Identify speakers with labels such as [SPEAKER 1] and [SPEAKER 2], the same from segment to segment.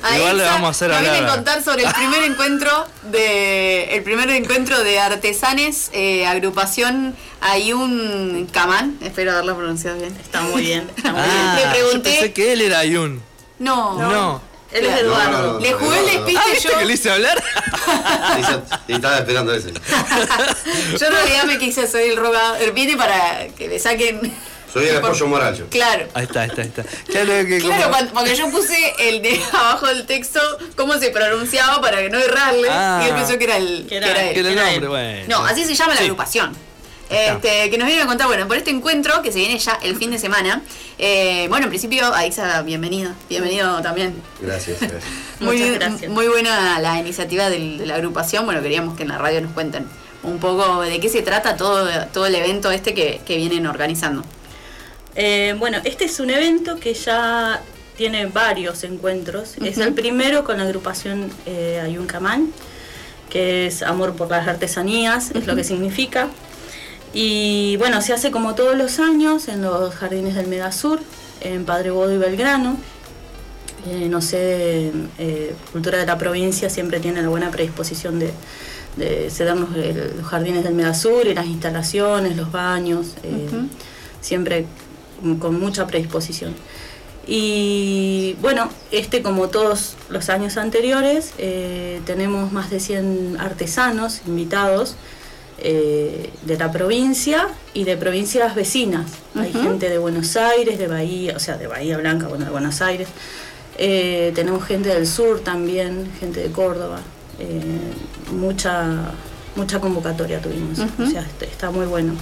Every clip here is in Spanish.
[SPEAKER 1] a
[SPEAKER 2] Igual le
[SPEAKER 1] Elsa,
[SPEAKER 2] vamos a hacer
[SPEAKER 1] nos
[SPEAKER 2] hablar.
[SPEAKER 1] vienen a contar sobre el primer encuentro de el primer encuentro de artesanes eh, agrupación Ayun Kamán, espero haberlo pronunciado bien.
[SPEAKER 3] Está muy bien. Está muy bien.
[SPEAKER 2] Ah,
[SPEAKER 1] Le pregunté-
[SPEAKER 2] Yo pensé que él era Ayun.
[SPEAKER 1] No.
[SPEAKER 2] No.
[SPEAKER 3] Él es
[SPEAKER 1] claro.
[SPEAKER 3] Eduardo.
[SPEAKER 1] Le jugué el despiste
[SPEAKER 2] Ah, ¿viste
[SPEAKER 1] yo.
[SPEAKER 2] que le hice hablar?
[SPEAKER 4] Y yo- y estaba esperando ese.
[SPEAKER 1] Yo en realidad me quise hacer el rogado, hervite para que le saquen.
[SPEAKER 4] Soy el apoyo moral yo.
[SPEAKER 1] Claro.
[SPEAKER 2] Ahí está, ahí está, ahí está. Claro que
[SPEAKER 1] Claro,
[SPEAKER 2] como-
[SPEAKER 1] cuando- porque yo puse el de abajo del texto cómo se pronunciaba para que no errarle
[SPEAKER 2] Ah.
[SPEAKER 1] y él pensó que era el
[SPEAKER 3] Que era
[SPEAKER 1] que era
[SPEAKER 2] que
[SPEAKER 1] él.
[SPEAKER 2] era el
[SPEAKER 3] era
[SPEAKER 2] nombre,
[SPEAKER 3] él.
[SPEAKER 2] bueno.
[SPEAKER 1] No, así se llama la
[SPEAKER 2] Eh, Sí.
[SPEAKER 1] agrupación.
[SPEAKER 2] Está.
[SPEAKER 1] Este, que nos viene a contar, bueno, por este encuentro que se viene ya el fin de semana. eh, bueno, en principio, Aixa, bienvenido. Bienvenido también.
[SPEAKER 4] Gracias, gracias.
[SPEAKER 1] Muy,
[SPEAKER 3] Muchas
[SPEAKER 1] bien-
[SPEAKER 3] gracias.
[SPEAKER 1] muy buena la iniciativa del- de la agrupación. Bueno, queríamos que en la radio nos cuenten un poco de qué se trata todo, todo el evento este que, que vienen organizando.
[SPEAKER 3] Eh, bueno, este es un evento que ya tiene varios encuentros. Es
[SPEAKER 1] Ujú.
[SPEAKER 3] el primero con la agrupación eh, Ayun Kamán, que es Amor por las Artesanías, es lo que significa. Y bueno, se hace como todos los años en los jardines del Megasur, en Padre Bodo y Belgrano. Eh, no sé, eh, Cultura de la Provincia siempre tiene la buena predisposición de, de cedernos el- los jardines del Megasur y las instalaciones, los baños, eh,
[SPEAKER 1] Ujú.
[SPEAKER 3] siempre con- con mucha predisposición. Y bueno, este como todos los años anteriores, eh, tenemos más de 100 artesanos invitados eh, de la provincia y de provincias vecinas. Hay
[SPEAKER 1] Ujú.
[SPEAKER 3] gente de Buenos Aires, de Bahía, o sea, de Bahía Blanca, bueno, de Buenos Aires. Eh, tenemos gente del sur también, gente de Córdoba. Eh, mucha, mucha convocatoria tuvimos,
[SPEAKER 1] Ujú.
[SPEAKER 3] o sea, est- está muy bueno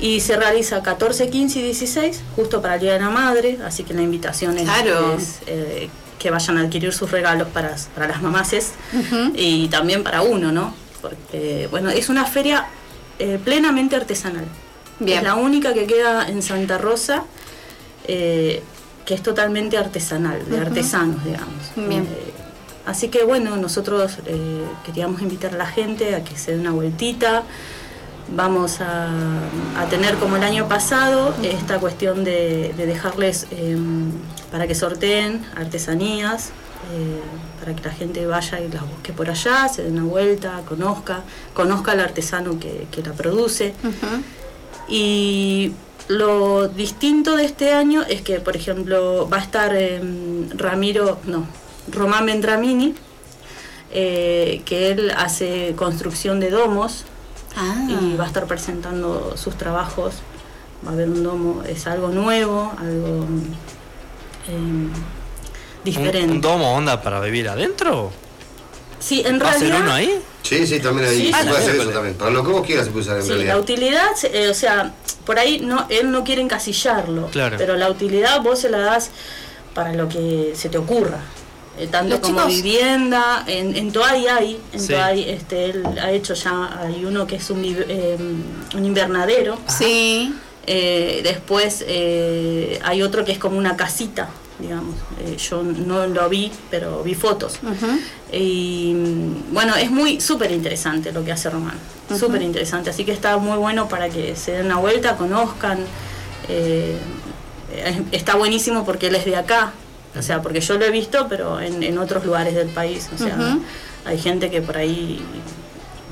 [SPEAKER 3] y se realiza 14, 15 y 16, justo para el Día de la Madre, así que la invitación es,
[SPEAKER 1] Claro.
[SPEAKER 3] es, eh, que vayan a adquirir sus regalos para, para las mamases
[SPEAKER 1] Ujú.
[SPEAKER 3] y también para uno, ¿no? Porque, bueno, es una feria eh, plenamente artesanal.
[SPEAKER 1] Bien.
[SPEAKER 3] Es la única que queda en Santa Rosa, eh, que es totalmente artesanal, de
[SPEAKER 1] Ujú.
[SPEAKER 3] artesanos, digamos.
[SPEAKER 1] Bien.
[SPEAKER 3] Eh, así que bueno, nosotros eh, queríamos invitar a la gente a que se dé una vueltita. Vamos a, a tener como el año pasado esta cuestión de, de dejarles eh, para que sorteen artesanías, eh, para que la gente vaya y las busque por allá, se dé una vuelta, conozca, conozca al artesano que, que la produce.
[SPEAKER 1] Ujú.
[SPEAKER 3] Y lo distinto de este año es que, por ejemplo, va a estar em, Ramiro, no, Román Bendramini, eh, que él hace construcción de domos
[SPEAKER 1] Ah.
[SPEAKER 3] y va a estar presentando sus trabajos. Va a haber un domo, es algo nuevo, algo em,
[SPEAKER 2] ¿Un,
[SPEAKER 3] diferente.
[SPEAKER 2] un domo onda para vivir adentro?
[SPEAKER 3] sí, en
[SPEAKER 2] ¿Va a ser
[SPEAKER 3] realidad,
[SPEAKER 2] uno ¿eh? ahí?
[SPEAKER 4] Sí, sí, también ahí
[SPEAKER 3] Sí,
[SPEAKER 4] se
[SPEAKER 3] sí,
[SPEAKER 4] puede
[SPEAKER 2] sí.
[SPEAKER 4] hacer eso también. Para lo que vos quieras se puede usar en
[SPEAKER 3] Sí, la
[SPEAKER 4] realidad.
[SPEAKER 3] utilidad, eh, o sea, por ahí no, él no quiere encasillarlo,
[SPEAKER 2] Claro.
[SPEAKER 3] pero la utilidad vos se la das para lo que se te ocurra. eh, tanto
[SPEAKER 1] Los
[SPEAKER 3] como
[SPEAKER 1] chicos-
[SPEAKER 3] vivienda, en, en Toay hay, en
[SPEAKER 2] Sí.
[SPEAKER 3] Toay, este, él ha hecho ya, hay uno que es un, vive- eh, un invernadero,
[SPEAKER 1] Sí.
[SPEAKER 3] eh, después eh, hay otro que es como una casita, digamos, eh, yo no lo vi, pero vi fotos.
[SPEAKER 1] Ujú.
[SPEAKER 3] Y mm, bueno, es muy súper interesante lo que hace Román, súper interesante, así que está muy bueno para que se den una vuelta, conozcan. eh, es- está buenísimo porque él es de acá, o sea, porque yo lo he visto, pero en, en otros lugares del país, o sea,
[SPEAKER 1] Ujú.
[SPEAKER 3] hay gente que por ahí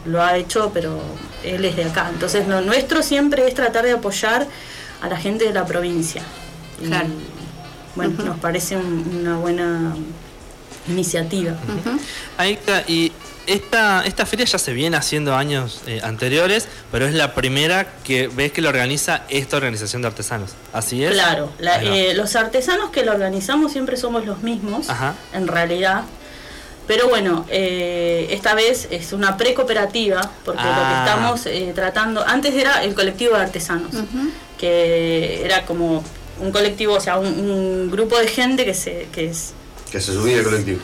[SPEAKER 3] lo ha hecho, pero él es de acá. Entonces, lo nuestro siempre es tratar de apoyar a la gente de la provincia. Y,
[SPEAKER 1] Claro.
[SPEAKER 3] Bueno, nos parece un- una buena iniciativa.
[SPEAKER 1] Ujú.
[SPEAKER 2] Ahí está. Y esta, esta feria ya se viene haciendo años eh, anteriores, pero es la primera que ves que la organiza esta organización de artesanos. ¿Así es?
[SPEAKER 3] Claro, la-
[SPEAKER 2] Ahí va.
[SPEAKER 3] eh, los artesanos que lo organizamos siempre somos los mismos,
[SPEAKER 2] Ajá.
[SPEAKER 3] en realidad. Pero bueno, eh, esta vez es una pre-cooperativa, porque lo que
[SPEAKER 2] Ah.
[SPEAKER 3] estamos eh, tratando, antes era el colectivo de artesanos,
[SPEAKER 1] Ujú.
[SPEAKER 3] que era como un colectivo, o sea, un, un grupo de gente que se... Que es,
[SPEAKER 4] Que se subía el colectivo.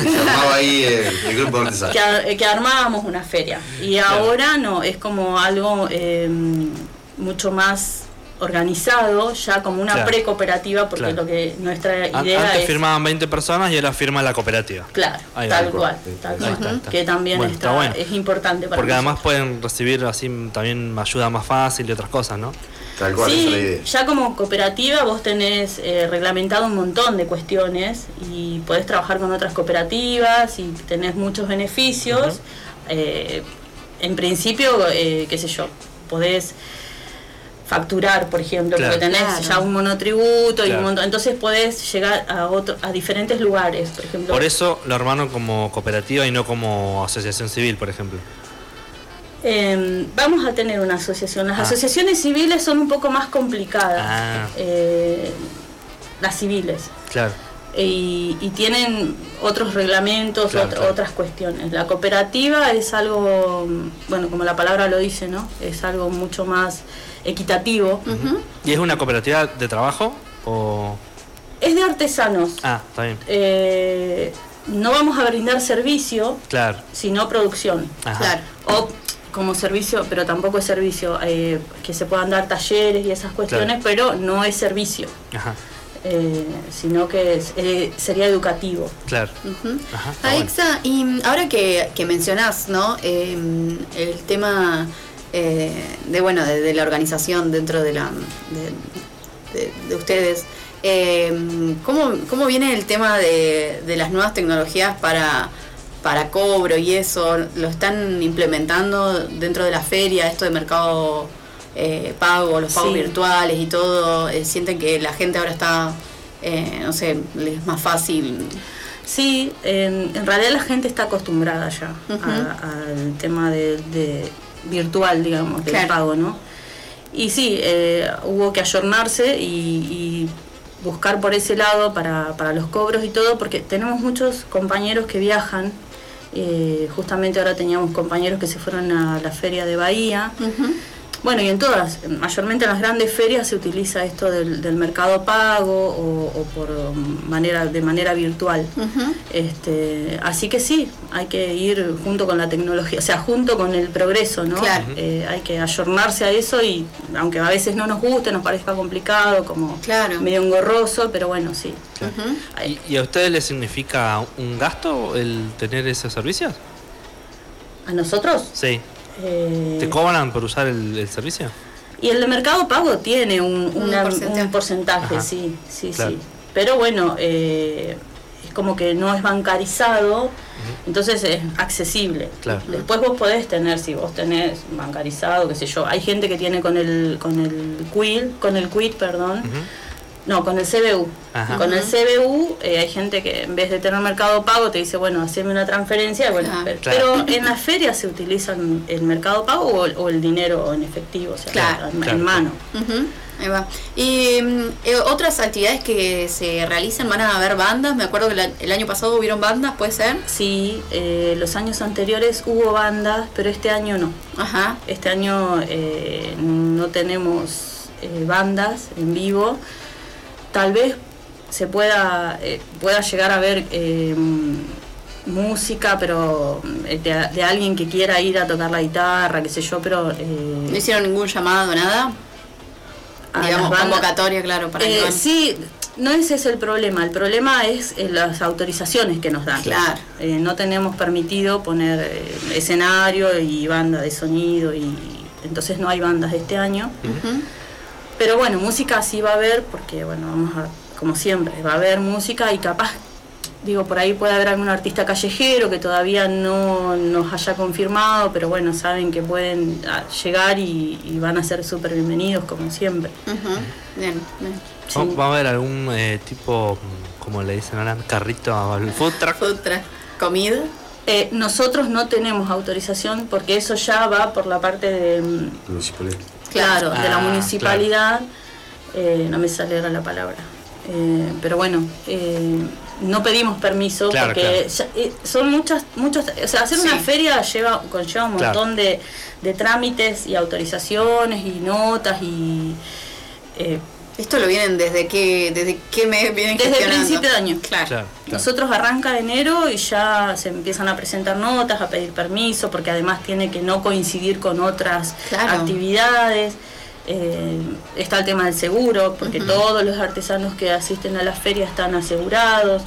[SPEAKER 4] Y se armaba ahí el, el grupo artesano.
[SPEAKER 3] que, a- eh, que armábamos una feria. Y
[SPEAKER 2] Claro.
[SPEAKER 3] ahora no, es como algo eh, mucho más organizado, ya como una
[SPEAKER 2] Claro.
[SPEAKER 3] pre-cooperativa, porque
[SPEAKER 2] Claro.
[SPEAKER 3] lo que nuestra
[SPEAKER 2] An-
[SPEAKER 3] idea
[SPEAKER 2] Antes
[SPEAKER 3] es...
[SPEAKER 2] firmaban 20 personas y ahora firma la cooperativa.
[SPEAKER 3] Claro,
[SPEAKER 2] Ahí va,
[SPEAKER 3] tal
[SPEAKER 2] ahí
[SPEAKER 4] va.
[SPEAKER 3] cual,
[SPEAKER 4] Ahí está,
[SPEAKER 3] tal
[SPEAKER 4] ahí
[SPEAKER 3] cual.
[SPEAKER 2] está, ahí está.
[SPEAKER 3] Que también
[SPEAKER 2] Bueno,
[SPEAKER 3] está,
[SPEAKER 2] está bueno.
[SPEAKER 3] es importante para
[SPEAKER 2] Porque además
[SPEAKER 3] nosotros.
[SPEAKER 2] pueden recibir así también ayuda más fácil y otras cosas, ¿no?
[SPEAKER 4] Tal cual, esa es la
[SPEAKER 3] Sí,
[SPEAKER 4] idea.
[SPEAKER 3] ya como cooperativa vos tenés eh, reglamentado un montón de cuestiones y podés trabajar con otras cooperativas y tenés muchos beneficios.
[SPEAKER 2] Ujú.
[SPEAKER 3] Eh, en principio, eh, qué sé yo, podés facturar, por ejemplo,
[SPEAKER 2] Claro.
[SPEAKER 3] porque tenés
[SPEAKER 1] Claro.
[SPEAKER 3] ya un monotributo y
[SPEAKER 2] Claro.
[SPEAKER 3] un montón, entonces podés llegar a otro, a diferentes lugares, por ejemplo.
[SPEAKER 2] Por eso lo armaron como cooperativa y no como asociación civil, por ejemplo.
[SPEAKER 3] Eh, vamos a tener una asociación. Las
[SPEAKER 2] Ah.
[SPEAKER 3] asociaciones civiles son un poco más complicadas.
[SPEAKER 2] Ah.
[SPEAKER 3] Eh, las civiles.
[SPEAKER 2] Claro.
[SPEAKER 3] y, y tienen otros reglamentos,
[SPEAKER 2] Claro,
[SPEAKER 3] ot-
[SPEAKER 2] claro.
[SPEAKER 3] otras cuestiones. La cooperativa es algo, mm, bueno, como la palabra lo dice, ¿no? Es algo mucho más equitativo.
[SPEAKER 1] Ujú.
[SPEAKER 2] ¿Y es una cooperativa de trabajo o...?
[SPEAKER 3] Es de artesanos.
[SPEAKER 2] Ah, está bien.
[SPEAKER 3] Eh, no vamos a brindar servicio,
[SPEAKER 2] Claro.
[SPEAKER 3] sino producción.
[SPEAKER 2] Ajá.
[SPEAKER 1] Claro.
[SPEAKER 3] O como servicio, pero tampoco es servicio, eh, que se puedan dar talleres y esas cuestiones, pero no es servicio,
[SPEAKER 2] Ajá.
[SPEAKER 3] eh, sino que es- eh, sería educativo.
[SPEAKER 2] Claro.
[SPEAKER 1] Ujú.
[SPEAKER 2] Ajá. está bueno.
[SPEAKER 1] Aixa, y mm, ahora que, que mencionás, ¿no? Eh, el tema eh, de, bueno, de, de la organización dentro de la de, de- de ustedes. eh, ¿cómo, cómo viene el tema de, de las nuevas tecnologías para, para cobro y eso? ¿Lo están implementando dentro de la feria, esto de mercado eh, pago, los pagos
[SPEAKER 3] Sí.
[SPEAKER 1] virtuales y todo? Eh, ¿Sienten que la gente ahora está, eh, no sé, les es más fácil
[SPEAKER 3] Sí, en, en realidad la gente está acostumbrada ya a-
[SPEAKER 1] Ujú.
[SPEAKER 3] al tema de, de virtual, digamos, del
[SPEAKER 1] Claro.
[SPEAKER 3] pago, ¿no? Y sí, eh, hubo que ayornarse y, y buscar por ese lado para, para los cobros y todo, porque tenemos muchos compañeros que viajan. eh, justamente ahora teníamos compañeros que se fueron a la feria de Bahía. Bueno, y en todas, mayormente en las grandes ferias se utiliza esto del, del mercado pago o, o por um, manera, de manera virtual. Este, así que sí, hay que ir junto con la tecnología, o sea, junto con el progreso, ¿no?
[SPEAKER 1] Claro.
[SPEAKER 3] Eh, hay que ayornarse a eso y aunque a veces no nos guste, nos parezca complicado, como
[SPEAKER 1] Claro.
[SPEAKER 3] medio engorroso, pero bueno, sí.
[SPEAKER 1] Ujú.
[SPEAKER 2] ¿Y, y a ustedes les significa un gasto el tener esos servicios?
[SPEAKER 3] ¿A nosotros?
[SPEAKER 2] Sí.
[SPEAKER 3] eh,
[SPEAKER 2] ¿Te cobran por usar el, el servicio?
[SPEAKER 3] Y el de mercado pago tiene un,
[SPEAKER 1] Un
[SPEAKER 3] una- un porcentaje,
[SPEAKER 1] porcentaje.
[SPEAKER 2] Ajá.
[SPEAKER 3] sí, sí,
[SPEAKER 2] Claro.
[SPEAKER 3] sí. Pero bueno, eh, es como que no es bancarizado, entonces es accesible.
[SPEAKER 2] Claro.
[SPEAKER 3] Después vos podés tener, si vos tenés bancarizado, qué sé yo, hay gente que tiene con el, con el quill, con el quit, perdón,
[SPEAKER 2] Ujú.
[SPEAKER 3] no, con el CBU.
[SPEAKER 2] Ajá.
[SPEAKER 3] Con el CBU eh, hay gente que en vez de tener mercado pago te dice, bueno, haceme una transferencia. Bueno,
[SPEAKER 1] Claro.
[SPEAKER 3] pe-
[SPEAKER 2] Claro.
[SPEAKER 3] Pero en las ferias se utilizan el mercado pago o, el- o el dinero en efectivo, o sea,
[SPEAKER 1] Claro.
[SPEAKER 3] en, en
[SPEAKER 2] Claro.
[SPEAKER 3] mano.
[SPEAKER 1] Ujú, ahí va. Y mm, eh, otras actividades que se realizan, van a haber bandas. Me acuerdo que la- el año pasado hubieron bandas, puede ser.
[SPEAKER 3] Sí, eh, los años anteriores hubo bandas, pero este año no.
[SPEAKER 1] Ajá.
[SPEAKER 3] Este año eh, no tenemos eh, bandas en vivo. Tal vez se pueda, eh, pueda llegar a ver eh, música, pero eh, de, de alguien que quiera ir a tocar la guitarra, qué sé yo, pero... eh,
[SPEAKER 1] No hicieron ningún llamado, nada.
[SPEAKER 3] a Ah, las
[SPEAKER 1] Digamos,
[SPEAKER 3] bandas-
[SPEAKER 1] convocatoria, claro, para
[SPEAKER 3] Eh,
[SPEAKER 1] que van.
[SPEAKER 3] sí, no ese es el problema. El problema es eh, las autorizaciones que nos dan.
[SPEAKER 1] Claro.
[SPEAKER 3] Eh, no tenemos permitido poner eh, escenario y banda de sonido y entonces no hay bandas este año.
[SPEAKER 1] Ujú.
[SPEAKER 3] Pero bueno, música sí va a haber porque bueno, vamos a como siempre, va a haber música y capaz digo, por ahí puede haber algún artista callejero que todavía no nos haya confirmado, pero bueno, saben que pueden ah, llegar y, y van a ser súper bienvenidos como siempre.
[SPEAKER 1] Ujú. Bien, bien.
[SPEAKER 3] Sí.
[SPEAKER 2] ¿Va- ¿Va a haber algún eh, tipo, mm, como le dicen ahora, carrito al food truck?
[SPEAKER 1] Otra. Comida.
[SPEAKER 3] Eh, nosotros no tenemos autorización porque eso ya va por la parte de, mm,
[SPEAKER 4] Municipalidad.
[SPEAKER 3] claro, de la
[SPEAKER 2] Ah,
[SPEAKER 3] municipalidad. Eh, no me sale ahora la palabra. Eh, pero bueno, eh, no pedimos permiso
[SPEAKER 2] Claro,
[SPEAKER 3] porque
[SPEAKER 2] claro.
[SPEAKER 3] ya, eh, son muchas, muchos, o sea, hacer una
[SPEAKER 1] Sí.
[SPEAKER 3] feria lleva, conlleva un
[SPEAKER 2] Claro.
[SPEAKER 3] montón de, de trámites y autorizaciones y notas y eh,
[SPEAKER 1] Esto lo vienen desde que desde que me vienen
[SPEAKER 3] desde el
[SPEAKER 1] gestionando.
[SPEAKER 3] principio de año.
[SPEAKER 2] Claro.
[SPEAKER 4] Claro.
[SPEAKER 3] Nosotros arranca enero y ya se empiezan a presentar notas, a pedir permiso, porque además tiene que no coincidir con otras
[SPEAKER 1] Claro.
[SPEAKER 3] actividades. Eh, está el tema del seguro, porque
[SPEAKER 1] Ujú.
[SPEAKER 3] todos los artesanos que asisten a las ferias están asegurados.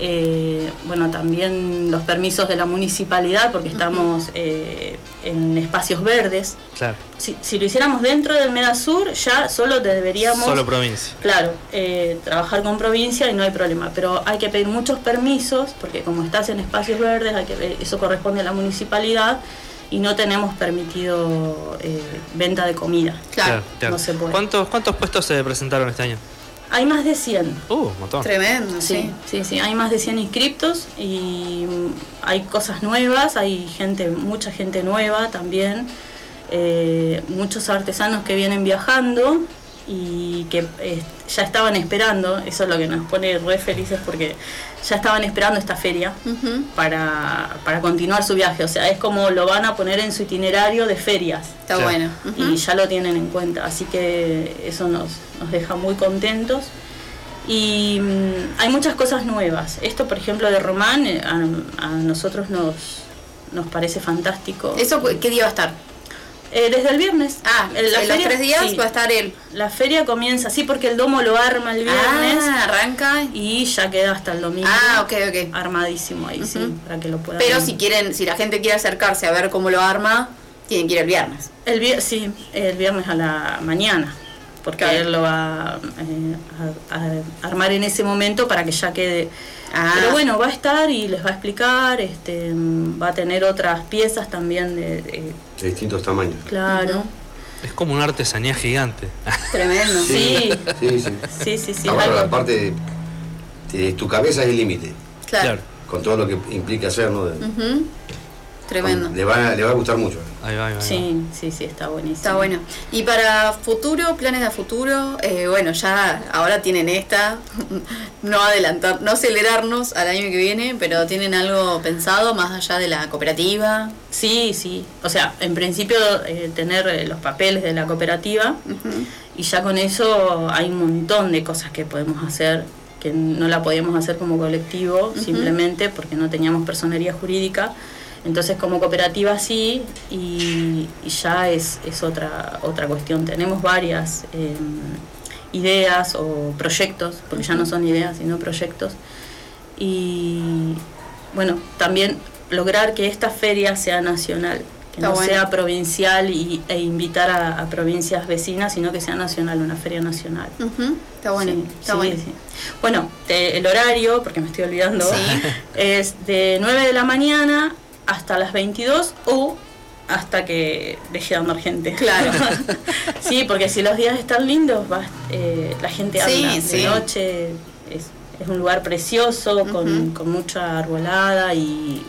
[SPEAKER 3] eh, bueno, también los permisos de la municipalidad, porque estamos eh, en espacios verdes.
[SPEAKER 2] Claro.
[SPEAKER 3] Si, si lo hiciéramos dentro del Medasur, ya solo te deberíamos...
[SPEAKER 2] Solo provincia.
[SPEAKER 3] Claro, eh, trabajar con provincia y no hay problema, pero hay que pedir muchos permisos, porque como estás en espacios verdes, hay que, eso corresponde a la municipalidad y no tenemos permitido eh, venta de comida.
[SPEAKER 1] Claro.
[SPEAKER 3] no se puede.
[SPEAKER 2] ¿Cuántos, ¿Cuántos puestos se presentaron este año?
[SPEAKER 3] Hay más de 100.
[SPEAKER 2] Uh, un montón.
[SPEAKER 1] Tremendo,
[SPEAKER 3] Sí,
[SPEAKER 1] sí.
[SPEAKER 3] sí, sí, hay más de 100 inscriptos y mm, hay cosas nuevas, hay gente, mucha gente nueva también, eh, muchos artesanos que vienen viajando y que eh, ya estaban esperando, eso es lo que nos pone re felices porque ya estaban esperando esta feria
[SPEAKER 1] Ujú.
[SPEAKER 3] para, para continuar su viaje, o sea, es como lo van a poner en su itinerario de ferias
[SPEAKER 1] Está
[SPEAKER 2] Sí.
[SPEAKER 1] bueno. Ujú.
[SPEAKER 3] y ya lo tienen en cuenta, así que eso nos, nos deja muy contentos. Y mm, hay muchas cosas nuevas. Esto, por ejemplo, de Román, eh, a, a nosotros nos, nos parece fantástico.
[SPEAKER 1] ¿Eso cu- qué día va a estar?
[SPEAKER 3] Eh, desde el viernes.
[SPEAKER 1] Ah,
[SPEAKER 3] Eh,
[SPEAKER 1] en los
[SPEAKER 3] feria-
[SPEAKER 1] tres días
[SPEAKER 3] sí,
[SPEAKER 1] va a estar él.
[SPEAKER 3] La feria comienza, sí, porque el domo lo arma el viernes
[SPEAKER 1] Ah, arranca.
[SPEAKER 3] y ya queda hasta el domingo.
[SPEAKER 1] Ah, ok, ok.
[SPEAKER 3] Armadísimo ahí, sí,
[SPEAKER 1] Ujú.
[SPEAKER 3] para que lo puedan.
[SPEAKER 1] Pero si quieren, si la gente quiere acercarse a ver cómo lo arma, tienen que ir el viernes.
[SPEAKER 3] El vier- sí, el viernes a la mañana, porque
[SPEAKER 1] Claro.
[SPEAKER 3] él lo va eh, a, a armar en ese momento para que ya quede.
[SPEAKER 1] Ah.
[SPEAKER 3] Pero bueno, va a estar y les va a explicar, este, mm, va a tener otras piezas también de, de-
[SPEAKER 4] De distintos tamaños.
[SPEAKER 3] claro.
[SPEAKER 2] Es como una artesanía gigante. Ah,
[SPEAKER 1] Tremendo.
[SPEAKER 3] Sí,
[SPEAKER 4] Sí, Ah, sí.
[SPEAKER 3] sí, sí, sí.
[SPEAKER 4] Ahora
[SPEAKER 3] algo-
[SPEAKER 4] la parte de, de tu cabeza es el límite,
[SPEAKER 1] Claro.
[SPEAKER 4] con todo lo que implica hacer, ¿no? De-
[SPEAKER 1] Ujú. Tremendo.
[SPEAKER 4] Le va, le va a gustar mucho.
[SPEAKER 2] Ahí va, ahí va. ahí va.
[SPEAKER 3] Sí, sí, sí, está buenísimo.
[SPEAKER 1] Está bueno. Y para futuro, planes a futuro, eh, bueno, ya ahora tienen esta, no adelantar, no acelerarnos al año que viene, pero tienen algo pensado más allá de la cooperativa.
[SPEAKER 3] Sí, sí. O sea, en principio eh, tener eh, los papeles de la cooperativa y ya con eso hay un montón de cosas que podemos hacer que no la podíamos hacer como colectivo simplemente porque no teníamos personería jurídica. Entonces como cooperativa sí y, y ya es, es otra, otra cuestión. Tenemos varias eh, ideas o proyectos, porque ya no son ideas sino proyectos. Y bueno, también lograr que esta feria sea nacional, que
[SPEAKER 1] Está
[SPEAKER 3] no
[SPEAKER 1] bueno.
[SPEAKER 3] sea provincial y, e invitar a, a provincias vecinas, sino que sea nacional, una feria nacional.
[SPEAKER 1] Ujú. Está bueno,
[SPEAKER 3] Sí,
[SPEAKER 1] está
[SPEAKER 3] sí,
[SPEAKER 1] bueno.
[SPEAKER 3] sí. Bueno, te- el horario, porque me estoy olvidando, es de 9 de la mañana hasta las 22 o hasta que deje de andar gente.
[SPEAKER 1] Claro.
[SPEAKER 3] sí, porque si los días están lindos, va, eh, la gente
[SPEAKER 1] Sí,
[SPEAKER 3] anda
[SPEAKER 1] sí.
[SPEAKER 3] de noche. Es, es un lugar precioso, con,
[SPEAKER 1] Ujú.
[SPEAKER 3] con mucha arbolada y.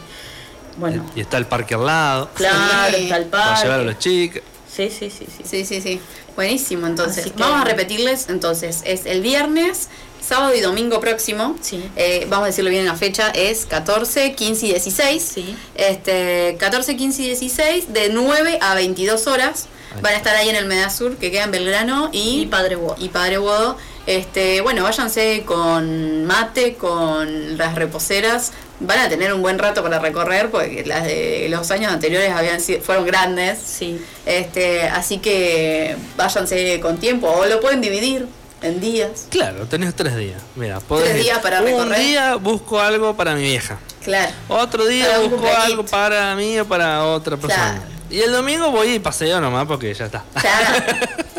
[SPEAKER 3] Bueno,
[SPEAKER 2] Y está el parque al lado.
[SPEAKER 3] claro,
[SPEAKER 1] Sí.
[SPEAKER 3] está el
[SPEAKER 2] Para llevar Eh, a
[SPEAKER 3] parque.
[SPEAKER 2] los chicos.
[SPEAKER 3] Sí, sí, sí, sí.
[SPEAKER 1] Sí, sí, sí. Buenísimo, entonces.
[SPEAKER 3] Así que-
[SPEAKER 1] Vamos a repetirles, entonces, es el viernes, sábado y domingo próximo.
[SPEAKER 3] Sí.
[SPEAKER 1] Eh, vamos a decirlo bien la fecha, es 14, 15 y 16.
[SPEAKER 3] Sí.
[SPEAKER 1] Este, 14, 15 y 16, de 9 a 22 horas.
[SPEAKER 2] Ahí
[SPEAKER 1] Van a
[SPEAKER 2] está.
[SPEAKER 1] estar ahí en el Medasur, que queda en Belgrano y,
[SPEAKER 3] Y Padre Boa.
[SPEAKER 1] y Padre Bodo. Este, bueno, váyanse con mate, con las reposeras. Van a tener un buen rato para recorrer, porque las de los años anteriores habían sido, fueron grandes.
[SPEAKER 3] Sí.
[SPEAKER 1] Este, así que váyanse con tiempo o lo pueden dividir en días.
[SPEAKER 2] Claro, tenés tres días. Mira, podés
[SPEAKER 1] Tres
[SPEAKER 2] ir.
[SPEAKER 1] días para
[SPEAKER 2] Un
[SPEAKER 1] recorrer.
[SPEAKER 2] día busco algo para mi vieja.
[SPEAKER 1] Claro.
[SPEAKER 2] Otro día
[SPEAKER 1] Para un
[SPEAKER 2] busco
[SPEAKER 1] cumpleañito.
[SPEAKER 2] algo para mí o para otra persona.
[SPEAKER 1] Claro.
[SPEAKER 2] Y el domingo voy y paseo nomás porque ya está.
[SPEAKER 1] Claro.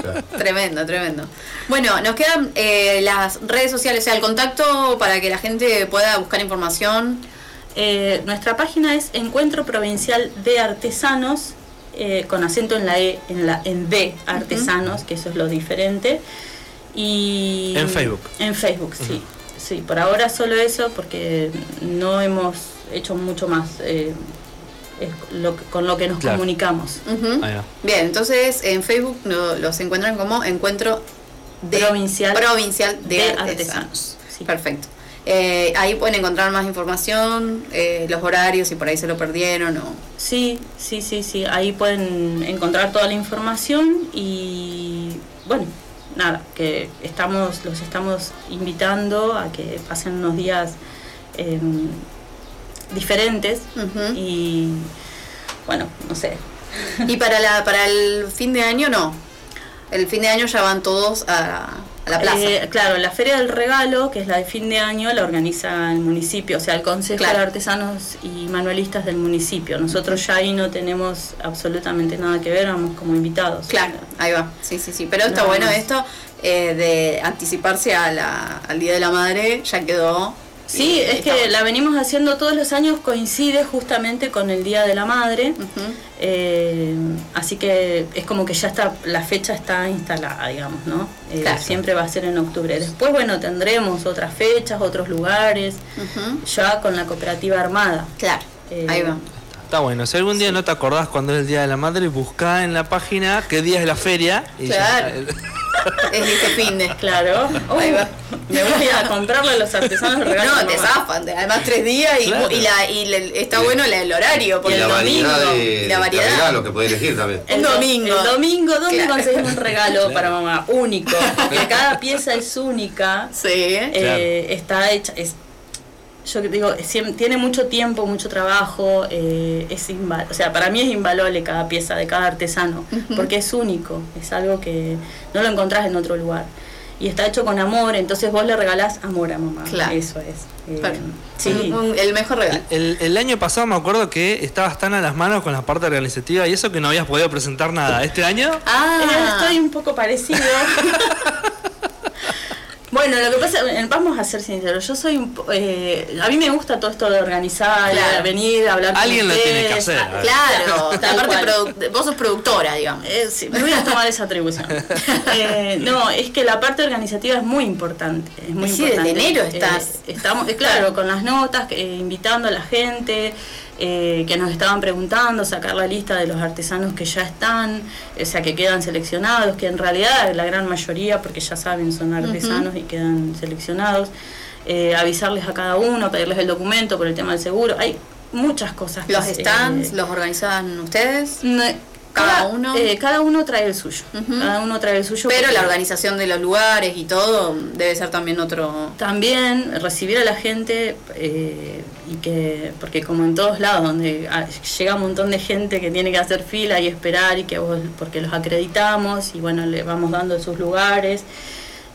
[SPEAKER 4] Claro.
[SPEAKER 1] Tremendo, tremendo. Bueno, nos quedan eh, las redes sociales, o sea, el contacto para que la gente pueda buscar información.
[SPEAKER 3] Eh, nuestra página es Encuentro Provincial de Artesanos, eh, con acento en la E, en la en D, artesanos, que eso es lo diferente. Y
[SPEAKER 2] En Facebook.
[SPEAKER 3] En Facebook, sí. Sí, por ahora solo eso, porque no hemos hecho mucho más eh, es lo que- con lo que nos
[SPEAKER 2] Claro.
[SPEAKER 3] comunicamos.
[SPEAKER 1] Ujú.
[SPEAKER 2] Ahí va.
[SPEAKER 1] Bien, entonces en Facebook lo- los encuentran como Encuentro de-
[SPEAKER 3] Provincial-
[SPEAKER 1] Provincial de,
[SPEAKER 3] de
[SPEAKER 1] Artesanos.
[SPEAKER 3] Artesanos, sí.
[SPEAKER 1] Perfecto. Eh, ahí pueden encontrar más información, eh, los horarios, si por ahí se lo perdieron o...
[SPEAKER 3] Sí, sí, sí, sí. Ahí pueden encontrar toda la información y bueno, nada, que estamos, los estamos invitando a que pasen unos días em, diferentes
[SPEAKER 1] Ujú.
[SPEAKER 3] y bueno, no sé.
[SPEAKER 1] Y para la para el fin de año no. El fin de año ya van todos a, A la plaza.
[SPEAKER 3] Eh, claro, la Feria del Regalo, que es la de fin de año, la organiza el municipio, o sea, el Consejo
[SPEAKER 1] Claro.
[SPEAKER 3] de Artesanos y Manualistas del municipio. Nosotros ya ahí no tenemos absolutamente nada que ver, vamos como invitados.
[SPEAKER 1] Claro, ahí va. Sí, sí, sí. Pero está
[SPEAKER 3] Nada
[SPEAKER 1] bueno
[SPEAKER 3] más.
[SPEAKER 1] esto eh, de anticiparse a la- al Día de la Madre, ya quedó.
[SPEAKER 3] Sí,
[SPEAKER 1] Y
[SPEAKER 3] es
[SPEAKER 1] está
[SPEAKER 3] que
[SPEAKER 1] bueno.
[SPEAKER 3] la venimos haciendo todos los años, coincide justamente con el Día de la Madre,
[SPEAKER 1] Ujú.
[SPEAKER 3] eh, así que es como que ya está, la fecha está instalada, digamos, ¿no? Eh,
[SPEAKER 1] Claro.
[SPEAKER 3] Siempre va a ser en octubre. Después, bueno, tendremos otras fechas, otros lugares,
[SPEAKER 1] Ujú.
[SPEAKER 3] ya con la cooperativa armada.
[SPEAKER 1] Claro,
[SPEAKER 3] Eh,
[SPEAKER 1] ahí va.
[SPEAKER 2] Está bueno, si algún día no te acordás cuando es el Día de la Madre, buscá en la página qué día es la feria. y ya
[SPEAKER 1] Claro.
[SPEAKER 2] está.
[SPEAKER 1] Es este fin de.
[SPEAKER 3] Claro,
[SPEAKER 1] Ahí va.
[SPEAKER 3] Oh, me voy a comprarle a los artesanos regalos.
[SPEAKER 1] No, te zafan, te- además tres días y,
[SPEAKER 2] Claro.
[SPEAKER 1] y la, y le- está bueno la- el horario,
[SPEAKER 4] Y
[SPEAKER 1] porque
[SPEAKER 4] la
[SPEAKER 1] el domingo,
[SPEAKER 4] variedad de,
[SPEAKER 1] y la
[SPEAKER 4] de
[SPEAKER 1] variedad.
[SPEAKER 4] regalos que podés elegir también.
[SPEAKER 1] Un
[SPEAKER 3] do-
[SPEAKER 1] domingo.
[SPEAKER 3] El domingo, ¿dónde
[SPEAKER 1] Claro.
[SPEAKER 3] conseguimos un regalo para mamá? Único. Porque cada pieza es única.
[SPEAKER 1] Sí,
[SPEAKER 3] eh, está hecha. Es, yo que digo, siem- tiene mucho tiempo, mucho trabajo. eh, es inva- o sea, para mí es invaluable cada pieza de cada artesano.
[SPEAKER 1] Ujú.
[SPEAKER 3] Porque es único. Es algo que no lo encontrás en otro lugar. Y está hecho con amor, entonces vos le regalás amor a mamá.
[SPEAKER 1] Claro.
[SPEAKER 3] Eso es. eh,
[SPEAKER 1] claro.
[SPEAKER 3] sí. Eh,
[SPEAKER 1] Un- un- el mejor regalo.
[SPEAKER 2] El, el año pasado me acuerdo que estabas tan a las manos con la parte organizativa y eso que no habías podido presentar nada. Este año,
[SPEAKER 3] Eh,
[SPEAKER 1] Ah,
[SPEAKER 3] estoy un poco parecido. bueno, lo que pasa, eh, vamos a ser sinceros, yo soy un po- eh, a mí me gusta todo esto de organizar,
[SPEAKER 1] Claro.
[SPEAKER 3] de venir, a hablar con
[SPEAKER 2] Alguien lo tiene que
[SPEAKER 3] ustedes.
[SPEAKER 2] hacer.
[SPEAKER 3] Ah,
[SPEAKER 1] Claro,
[SPEAKER 3] Tal
[SPEAKER 1] aparte
[SPEAKER 3] cual.
[SPEAKER 1] produ- vos sos productora, digamos.
[SPEAKER 3] eh, sí, me voy a tomar esa atribución. Eh, no, es que la parte organizativa es muy importante. Es muy
[SPEAKER 1] Pues Sí, desde
[SPEAKER 3] importante.
[SPEAKER 1] enero
[SPEAKER 3] Eh,
[SPEAKER 1] estás.
[SPEAKER 3] estamos, eh, claro, con las notas, eh, invitando a la gente eh, que nos estaban preguntando, sacar la lista de los artesanos que ya están, o sea, que quedan seleccionados, que en realidad la gran mayoría, porque ya saben, son artesanos y quedan seleccionados. Eh, avisarles a cada uno, pedirles el documento por el tema del seguro. Hay muchas cosas. que
[SPEAKER 1] Los
[SPEAKER 3] se-
[SPEAKER 1] stands los organizan ustedes,
[SPEAKER 3] no,
[SPEAKER 1] Cada uno.
[SPEAKER 3] eh, cada uno trae el suyo.
[SPEAKER 1] Ujú.
[SPEAKER 3] Cada uno trae el suyo.
[SPEAKER 1] pero
[SPEAKER 3] porque
[SPEAKER 1] la organización de los lugares y todo debe ser también otro.
[SPEAKER 3] También recibir a la gente eh, y que. Porque, como en todos lados, donde ah, llega un montón de gente que tiene que hacer fila y esperar, y que vos, porque los acreditamos y bueno, le vamos dando sus lugares.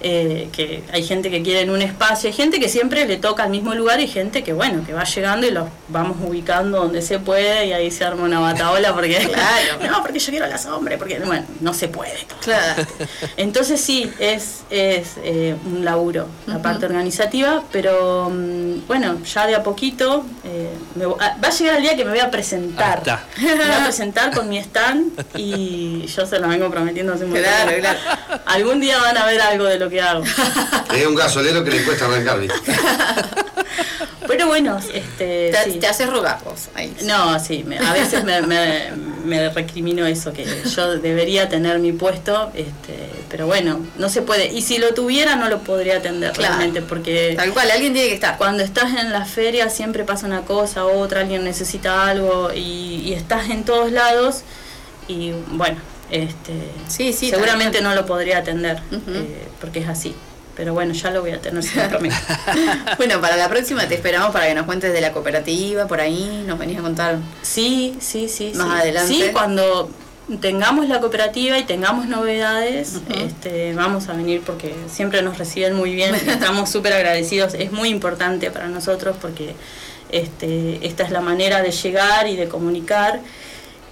[SPEAKER 3] eh, que hay gente que quiere en un espacio, hay gente que siempre le toca al mismo lugar y gente que bueno, que va llegando y los vamos ubicando donde se puede y ahí se arma una bataola porque
[SPEAKER 1] Claro.
[SPEAKER 3] no, porque yo quiero las hombres, porque bueno, no se puede.
[SPEAKER 1] Claro,
[SPEAKER 3] Entonces sí, es, es eh, un laburo, la
[SPEAKER 1] Ujú.
[SPEAKER 3] parte organizativa, pero mm, bueno, ya de a poquito eh, me vo- ah, va a llegar el día que me voy a
[SPEAKER 2] ahí
[SPEAKER 3] presentar.
[SPEAKER 2] está.
[SPEAKER 3] Me voy a presentar con mi stand y yo se lo vengo prometiendo hace un montón.
[SPEAKER 1] claro, claro.
[SPEAKER 3] Algún día van a ver algo de lo que hago.
[SPEAKER 4] Es un gasolero que le cuesta arrancar, ¿viste?
[SPEAKER 3] Pero bueno, este...
[SPEAKER 1] Te,
[SPEAKER 3] sí.
[SPEAKER 1] te haces rogar vos. Ahí.
[SPEAKER 3] No, sí, me- a veces me, me- me recrimino eso, que yo debería tener mi puesto, este, pero bueno, no se puede. Y si lo tuviera, no lo podría atender
[SPEAKER 1] Claro.
[SPEAKER 3] realmente, porque
[SPEAKER 1] Tal cual, alguien tiene que estar.
[SPEAKER 3] cuando estás en la feria siempre pasa una cosa, otra, alguien necesita algo y, y estás en todos lados y bueno, este,
[SPEAKER 1] Sí, sí, tal
[SPEAKER 3] seguramente no lo podría atender,
[SPEAKER 1] Ujú.
[SPEAKER 3] eh, porque es así. Pero bueno, ya lo voy a tener, se lo prometo.
[SPEAKER 1] Bueno, para la próxima te esperamos para que nos cuentes de la cooperativa, por ahí, nos venís a contar.
[SPEAKER 3] Sí, sí, sí.
[SPEAKER 1] Más
[SPEAKER 3] sí.
[SPEAKER 1] adelante.
[SPEAKER 3] Sí, cuando tengamos la cooperativa y tengamos novedades,
[SPEAKER 1] Ujú.
[SPEAKER 3] este, vamos a venir porque siempre nos reciben muy bien. Estamos súper agradecidos. Es muy importante para nosotros porque este, esta es la manera de llegar y de comunicar.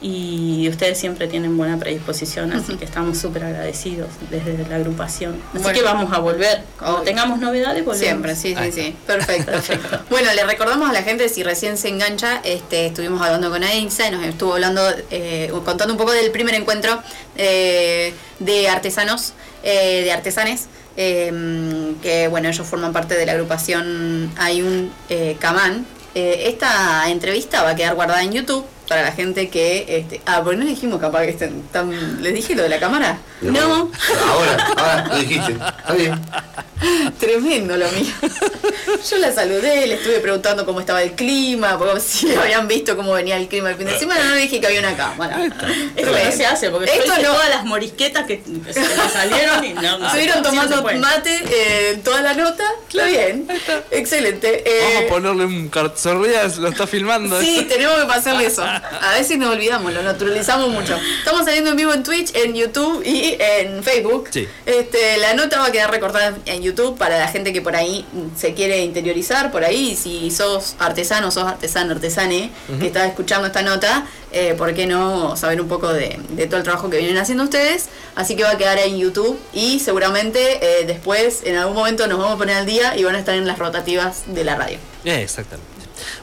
[SPEAKER 3] Y ustedes siempre tienen buena predisposición, así que estamos súper agradecidos desde la agrupación. Así
[SPEAKER 1] Bueno.
[SPEAKER 3] que vamos a volver. Cuando
[SPEAKER 1] Obvio.
[SPEAKER 3] tengamos novedades, volvemos.
[SPEAKER 1] Siempre, sí, sí,
[SPEAKER 2] Ahí
[SPEAKER 1] sí. Perfecto. Bueno, le recordamos a la gente, si recién se engancha, este, estuvimos hablando con Ainsa y nos estuvo hablando, eh, contando un poco del primer encuentro eh, de artesanos, eh, de artesanes, eh, que bueno, ellos forman parte de la agrupación Hay un eh, Camán. Eh, esta entrevista va a quedar guardada en YouTube para la gente que... Este, ah, porque no dijimos capaz que estén tan... ¿Les dije lo de la cámara?
[SPEAKER 3] No.
[SPEAKER 4] Ahora, ahora lo dijiste. Está bien.
[SPEAKER 1] Tremendo lo mío. Yo la saludé, le estuve preguntando cómo estaba el clima, porque si le habían visto cómo venía el clima el fin de semana, no le dije que había una cámara.
[SPEAKER 3] Esto
[SPEAKER 1] Bueno.
[SPEAKER 3] no se hace porque yo
[SPEAKER 1] Esto
[SPEAKER 3] hice
[SPEAKER 1] no.
[SPEAKER 3] todas las morisquetas que, que se me salieron y no, no se-
[SPEAKER 1] Estuvieron
[SPEAKER 3] así no se
[SPEAKER 1] tomando
[SPEAKER 3] puede.
[SPEAKER 1] mate eh, toda la nota. Está bien. Excelente. Eh,
[SPEAKER 2] Vamos a ponerle un cartsorrías, lo está filmando.
[SPEAKER 1] Sí, tenemos que pasarle eso. A veces nos olvidamos, lo naturalizamos mucho. Estamos saliendo en vivo en Twitch, en YouTube y en Facebook.
[SPEAKER 2] Sí.
[SPEAKER 1] Este, la nota va a quedar recordada en YouTube para la gente que por ahí se quiere interiorizar, por ahí, si sos artesano, sos artesano, artesane, que estás escuchando esta nota, eh, ¿por qué no saber un poco de, de todo el trabajo que vienen haciendo ustedes? Así que va a quedar en YouTube y seguramente eh, después, en algún momento, nos vamos a poner al día y van a estar en las rotativas de la radio.
[SPEAKER 2] Eh, exactamente.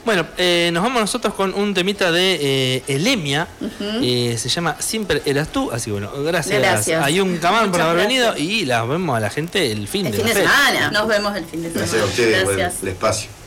[SPEAKER 2] Bueno, eh, nos vamos nosotros con un temita de eh, Elemia. Eh, se llama Siempre eras tú. Así que bueno, gracias,
[SPEAKER 1] Gracias.
[SPEAKER 2] a Yun Kamán por
[SPEAKER 3] Muchas
[SPEAKER 2] haber
[SPEAKER 3] gracias.
[SPEAKER 2] venido. Y las vemos a la gente el fin
[SPEAKER 1] El
[SPEAKER 2] de
[SPEAKER 1] fin
[SPEAKER 2] la
[SPEAKER 1] de
[SPEAKER 2] fecha.
[SPEAKER 1] semana.
[SPEAKER 3] Nos vemos el fin de semana.
[SPEAKER 4] Gracias a ustedes por el-
[SPEAKER 3] Gracias.
[SPEAKER 4] el espacio.